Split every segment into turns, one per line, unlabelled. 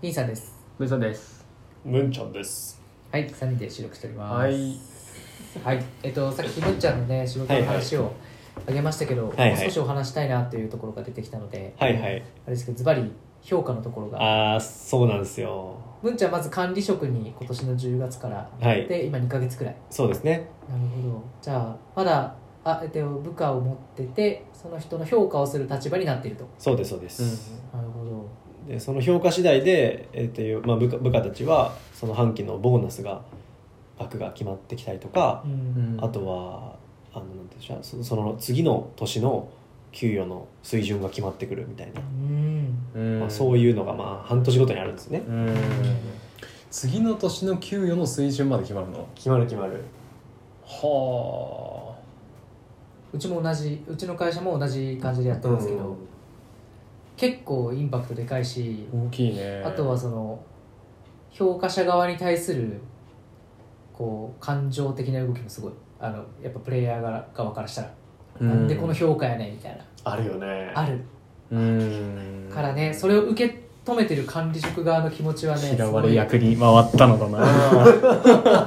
ピンさんです
ムーさんです
ムンちゃんです。
はい3人で収録しております
はい
はい、えっとさっき文ちゃんのね仕事の話をあげましたけど、
はいはい
もう少しお話したいなっていうところが出てきたので、
はいはい。
あれですけどズバリ評価のところが
ああ、そうなんですよ。
文ちゃんまず管理職に今年の10月から
はい
で今2ヶ月くらい
そうですね。
なるほどじゃあまだあえっと部下を持っててその人の評価をする立場になっていると
そうですそうです。
なるほど
で、その評価次第で、えーというまあ部下部下たちはその半期のボーナスが額が決まってきたりとか
う、ん、
あとはあのなんていうんでしょうそその次の年の給与の水準が決まってくるみたいな、
うん
うん
まあ、そういうのがまあ半年ごとにあるんですね。
うん次の年の給与の水準まで決まるの
決まる決まる。
は
うちも同じうちの会社も同じ感じでやってるんですけど、結構インパクトでかいし
あ大きいね
あとはその評価者側に対するこう感情的な動きもすごいあのやっぱプレイヤー側側からしたら、
うん
なんでこの評価やねんみたいな
あるよね。
ある
うん
からね、それを受け止めてる管理職側の気持ちはね
嫌われ役に回ったのだな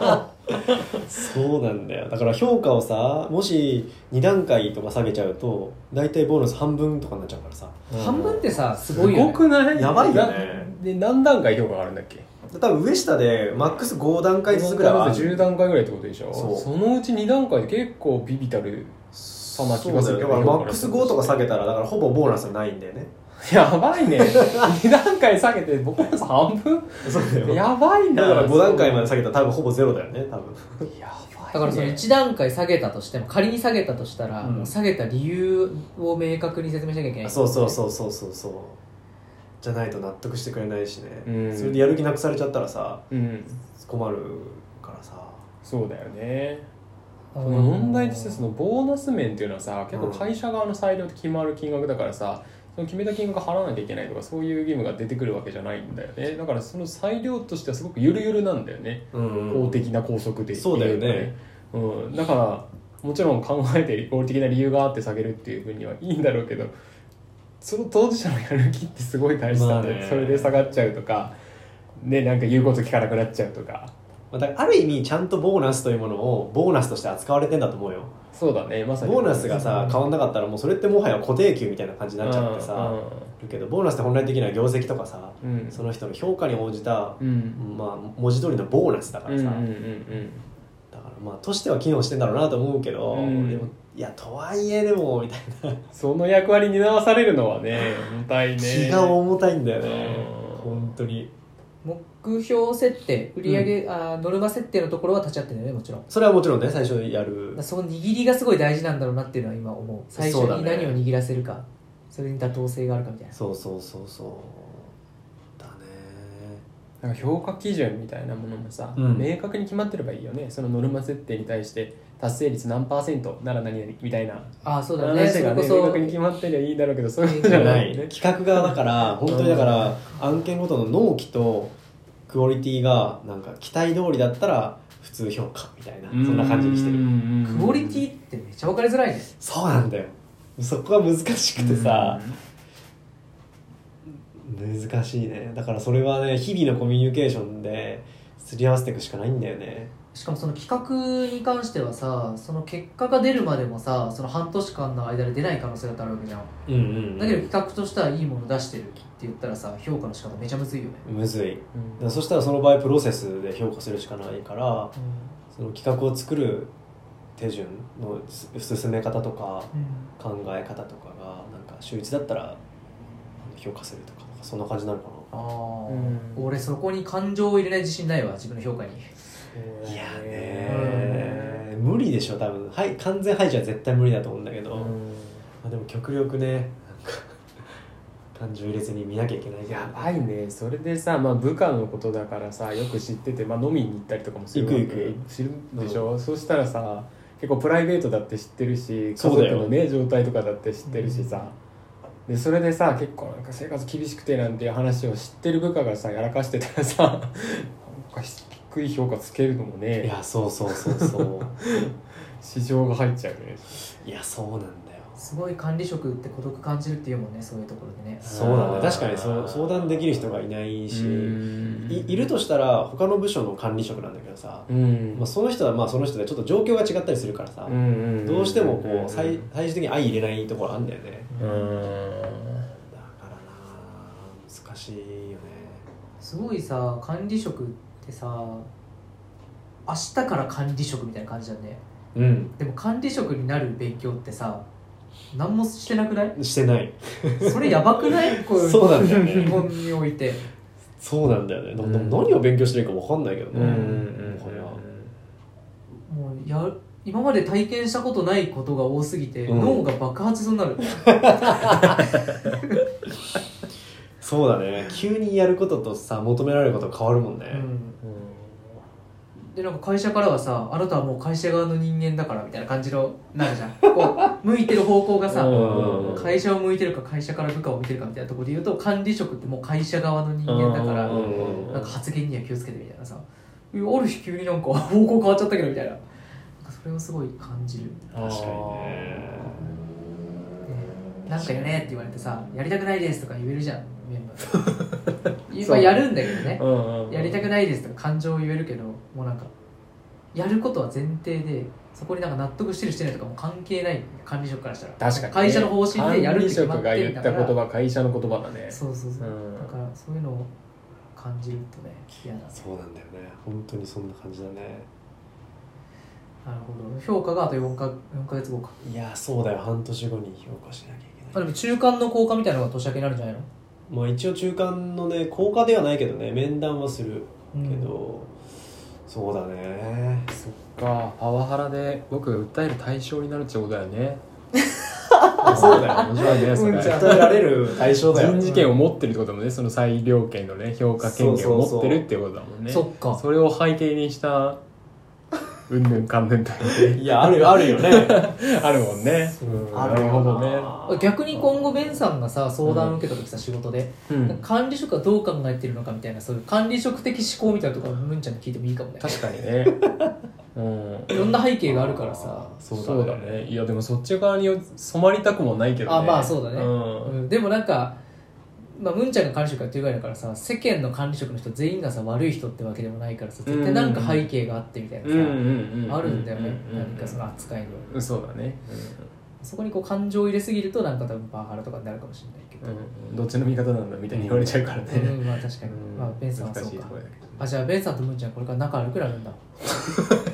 そうなんだよだから評価をさもし2段階とか下げちゃうと大体ボーナス半分とかになっちゃうからさ
すごい半分ってさす
す
ごいよ、
ご
ね、
くない
やばいよね
なで何段階評価があるんだっけ
多分上下でマックス5段階ずつぐらいはあ
まず10
る
段階ぐらいってことでしょ
そう
のうち2段階で結構ビビたるさな気がするけ
だ
ど
からマックス
評価
5と
の
か
人
下げたらだからほぼボーナスはないんだよね
やばいね2段階下げて僕ら半分
そうだよ
やばいな
だから5段階まで下げたら多分ほぼゼロだよね多分
やばいね
だからその1段階下げたとしても仮に下げたとしたら、
うん
もう下げた理由を明確に説明しなきゃいけない
そうそうそうそうそうそうじゃないと納得してくれないしね、
うん
それでやる気なくされちゃったらさ
うん
困るからさ
そうだよね
うん
この問題としてそのボーナス面っていうのはさ結構会社側の裁量で決まる金額だからさその決めた金額払わなきゃいけないとかそういう義務が出てくるわけじゃないんだよねだからその裁量としてはすごくゆるゆるなんだよね
うん
法的な拘束で
そうだよね
言えばね、うん、だからもちろん考えて合理的な理由があって下げるっていうふうにはいいんだろうけどその当事者のやる気ってすごい大事なんだよ、
まあね
それで下がっちゃうとかねなんか言うこと聞かなくなっちゃうとか
まあ、だからある意味ちゃんとボーナスというものをボーナスとして扱われてんだと思うよ
そうだねまさに
ボーナスがさ変わんなかったらもうそれってもはや固定給みたいな感じになっちゃってさるけどボーナスって本来的には業績とかさ
うんうん
その人の評価に応じた、
うん
まあ、文字通りのボーナスだか
うん
ら
うんうん
さ、だからまあとしては機能してんだろうなと思うけど、
うん
でもいやとはいえでもみたいな、
その役割に担わされるのはね重たいね
気が重たいんだよね、
うん
本当に
目標設定売上、あーノルマ設定のところは立ち会ってるよねもちろん
それはもちろんね最初や
だか
る
らその握りがすごい大事なんだろうなっていうのは今思う最初
そうだ
に
ね
何を握らせるかそ,、れに妥当性があるかみたいな
そうそうそうそうだね
なんか評価基準みたいなものもさ、
うん
明確に決まってればいいよねそのノルマ設定に対して達成率何パーセントなら何々みたいな
ああそうだね
話
そ
が
れこ
ね明
そ
確に決まってりゃいいだろうけどそういうことじゃな
ないい
よね
企画がだから本当にだから案件ごとの納期とクオリティがなんか期待通りだったら普通評価みたいなそんな感じにしてる
る
クオリティってめっちゃ分かりづらいね
そうなんだよそこが難しくてさ難しいねだからそれはね日々のコミュニケーションですり合わせていくしかないんだよね
しかもその企画に関してはさその結果が出るまでもさその半年間の間で出ない可能性だってあるわけじゃん
うんうん
だけど企画としてはいいもの出してるって言ったらさ評価の仕方めちゃむずいよね、
むずいだ
うん
からそしたらその場合プロセスで評価するしかないからその企画を作る手順のす進め方とか考え方とかがなんか週一だったら評価するとかそんな感じになるか
ああ、
うん
俺そこに感情を入れない自信ないわ自分の評価に
ないやー
ね
ねー無理でしょ多分はい完全排除は絶対無理だと思うんだけど、まあ、でも極力ねなんか感情入れずに見なきゃいけないけど
やばいねそれでさ、まあ、部下のことだからさよく知ってて、まあ、飲みに行ったりとかもするわけ
行く行
知るでしょ、そうしたらさ結構プライベートだって知ってるし家
そう
族
だよ
のね状態とかだって知ってるしさ、でそれでさ結構なんか生活厳しくてなんていう話を知ってる部下がさやらかしてたらさなんか低い評価つけるのも
い
ね
やそうそうそうそう
市場が入っちゃうね
いやそうなんだよ
すごい管理職って孤独感じるっていうもんねそういうところでね
そうだね確かにそう相談できる人がいないし、いいるとしたら他の部署の管理職なんだけどさ、
うん
まあ、その人はまあその人でちょっと状況が違ったりするからさ、
ん
どうしてもこう
最
最最終的に相入れないところあるんだよね
うん
だからな難しいよね
すごいさ管理職ってさ明日から管理職みたいな感じだね
うん
でも管理職になる勉強ってさ何もしてなくない
してない
それやばく ないこういう
そうなんだよね
日本において
そうなんだよね、な
うん
な何を勉強してるか分かんないけど
うん
な、もはや
もうや今まで体験したことないことが多すぎて、
うん
脳が爆発しそうになる
そうだね急にやることとさ求められること変わるもんね、
うん
う
でなんか会社からはさあなたはもう会社側の人間だからみたいな感じのなるじゃんこう向 いてる方向がさ
うん
会社を向いてるか会社から部下を見てるかみたいなところで言うと管理職ってもう会社側の人間だから
うん
うん
なんか発言には気をつけてみたいなさいやある日急になんか方向変わっちゃったけどみたいななんかそれをすごい感じる、ね
ん
確かにね
なんかやれって言われてさやりたくないですとか言えるじゃんメンバー 今やるんだけどね
うんうん
やりたくないですとか感情を言えるけどもうなんかやることは前提でそこになんか納得してるしてないとかもう関係ない管理職からしたら
確かにね
会社の方針でやるって決まってんだ
管理職が
か
言
ら
った言葉会社の言葉だね
そうそうそう、
うん
だからそういうのを感じるとね嫌だな
そうなんだよね本当にそんな感じだね
なるほど評価があと4か四ヶ月後か
いやそうだよ半年後に評価しなきゃいけ
あ
な
で
い
も中間の効果みたいなのが年明けになるんじゃないの
まあ一応中間のね効果ではないけどね面談はする
う
け
ん
ど、そうだね
そっかパワハラで僕が訴える対象になるってことだよ ね
そうだよ
面白いねそれ、
うんじゃあ
訴えられる対象だよ
人事権を持ってるってことだもんねその裁量権のね評価権限を持ってるってことだもんね
そっか
それを背景にしたうんぬんかんぬんと
いやあるよあるよね
あるもんね
うん
あるよなる
あ逆に今後ベンさんがさ相談を受けた時さ仕事で、
うん
管理職はどう考えてるのかみたいなそういう管理職的思考みたいなところムンちゃんに聞いてもいいかもね
確かに ねうん
いろんな背景があるからさ
そうだね
そうだねいやでもそっち側に染まりたくもないけどね
あまあそうだね
うん
うんでもなんかまあ、ムンちゃんが管理職やってるぐらいだからさ世間の管理職の人全員がさ悪い人ってわけでもないからさ絶対なんか背景があってみたいなさ、
うんうんうん
あるんだよね、
うんうんうん
何かその扱いの
うんそうだね
そこにこう感情を入れすぎるとなんか多分パワハラとかになるかもしれないけ
う
ど、
んうんどっちの味方なんだみたいに言われちゃうから
う
ね
んまあ確かに、
うん
まあ、ベンさんは
難
そ
し
う
いと
か
ころだけど
あじゃあベンさんとムンちゃんこれから仲悪くなるんだ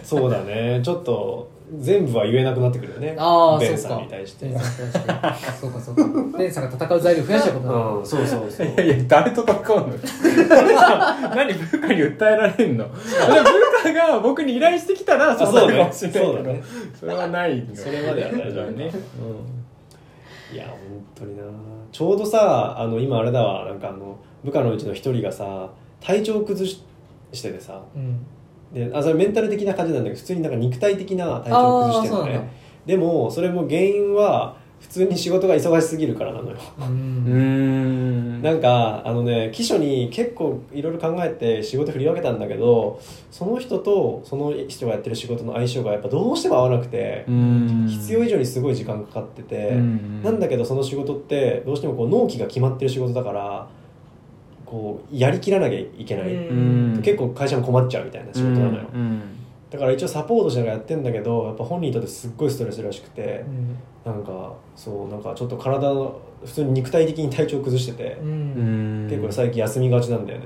そうだねちょっと全部は言えなくなってくるよね
ああ
ベ
そ
ン
う
さ
か
んに対して
ベンさんに対してそうかそうかベンさんが戦う材料増やしたことだな
うんそうそう そう
いやいや、誰と戦うの何、部下に訴えられんのそれは部下が僕に依頼してきたら、
あ
そう
そ
な
う
るか
ね
もしれない
そう
けど
だね、
それはないよね。
それまでは大丈夫
ね。
いや本当になちょうどさあの今あれだわなんかあの部下のうちの一人がさ体調を崩ししててさ
うん
であそれメンタル的な感じなんだけど普通になんか肉体的な体調を崩してるの
あーそうなんだ
ねでもそれも原因は普通に仕事が忙しすぎるからなのよ
う
うんん。
なんかあのね秘書に結構いろいろ考えて仕事振り分けたんだけどその人とその人がやってる仕事の相性がやっぱどうしても合わなくて
うん、
必要以上にすごい時間かかってて、
うん
なんだけどその仕事ってどうしてもこう納期が決まってる仕事だからこうやりきらなきゃいけない、
うん
結構会社も困っちゃうみたいな仕事なのよ、
うん
だから一応サポートしながらやってんだけどやっぱ本人にとってすっごいストレスらしくて
う、ん
なんかそうなんかちょっと体の普通に肉体的に体調崩してて
う、
うんん。
結構最近休みがちなんだよね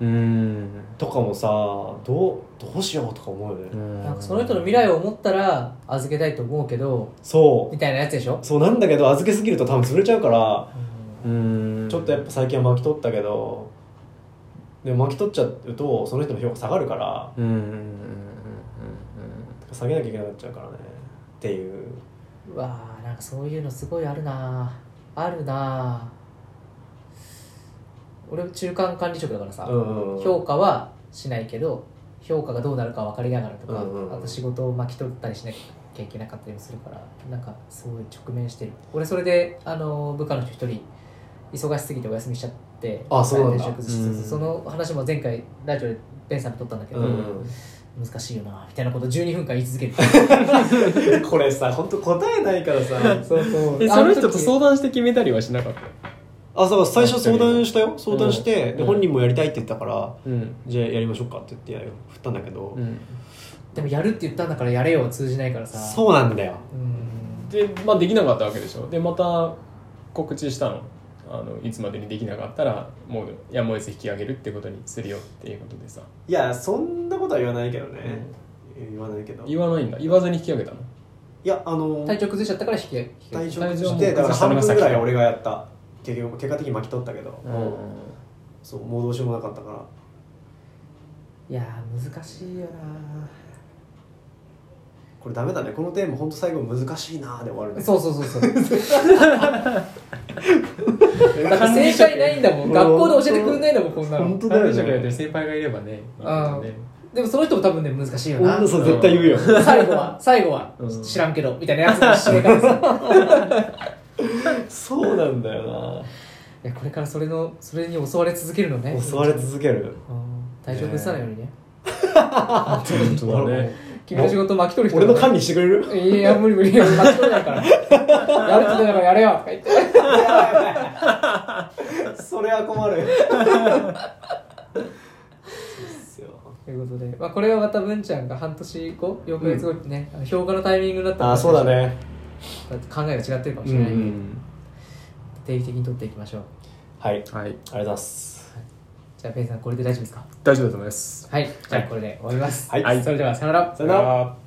うん。
とかもさどうどうしようとか思うよね、
なんかその人の未来を思ったら預けたいと思うけど
そう
みたいなやつでしょ、
そうなんだけど預けすぎると多分潰れちゃうから
う
うん。
ちょっとやっぱ最近は巻き取ったけどでも巻き取っちゃうとその人の評価下がるから
うん。うん。うんうん
下げなきゃいけなくなっちゃうからねっていう
わあなんかそういうのすごいあるなあるな俺中間管理職だからさ、
うんうん
評価はしないけど評価がどうなるか分かりながらとか、
うんうんうん
あと仕事を巻き取ったりしなきゃいけなかったりもするからなんかすごい直面してる俺それであの部下の人一人忙しすぎてお休みしちゃって
あそうなんだ
体調崩しつつ
うん
その話も前回ラジオでベンさんと撮ったんだけ
う
ど、
んうん
難しいよなみたいなことを12分間言い続ける
これさ本当答えないからさ
そう そ
えその人と相談して決めたりはしなかった
あそう最初相談したよ相談して、
うん
で本人もやりたいって言ったから、
うん
じゃあやりましょうかって言って振ったんだけど、
うん
でもやるって言ったんだからやれよは通じないからさ
そうなんだよ
うん
で、まあ、できなかったわけでしょでまた告知したのあのいつまでにできなかったらもうやむを得ず引き上げるってことにするよっていうことでさ、
いやそんなことは言わないけどね、言わないけどい
言わないんだ言わずに引き上げたの
やあの
体調崩しちゃったから引き引き
退
体
職
調も
してだから半分ぐらい俺がやった結局結果的に巻き取ったけど、そうもうどうしようもなかったから
いやー難しいよ
これダメだねこのテーマ本当最後難しいなーで終わる
な
ね
そうそう そうそうだって
管理
正
職
解ないんだもん学校で教えてくんないんだもんこんなの
本当だ
管
よ
理職やって
ね
る先輩がいればねいいけ
あ
どね
でもその人も多分ね難しいよな
女さん絶対言うよ
最後 は最後は
うん
知らんけどみたいなやつの締め方です
そうなんだよ
いやこれからそれのそれに襲われ続けるのね
な襲われ続ける
うん体調崩さないようにね
本当だね
君の仕事巻き取る人
俺の管理してくれる
いや無理無理巻き取れないからやるって言ってたからやれよとか言って
それは困る
ということで、まあ、これはまた文ちゃんが半年後4ヶ月後にね、あの評価のタイミングだった
ああそうだね
考えが違ってるかもしれない、、
うん
で定期的に取っていきましょう
はいありがと
はいう
ございます
じゃあペンさんこれで大丈夫ですか
大丈夫だと思います
はいじゃあこれで終わります、
はい
それではさよなら
さよなら
ら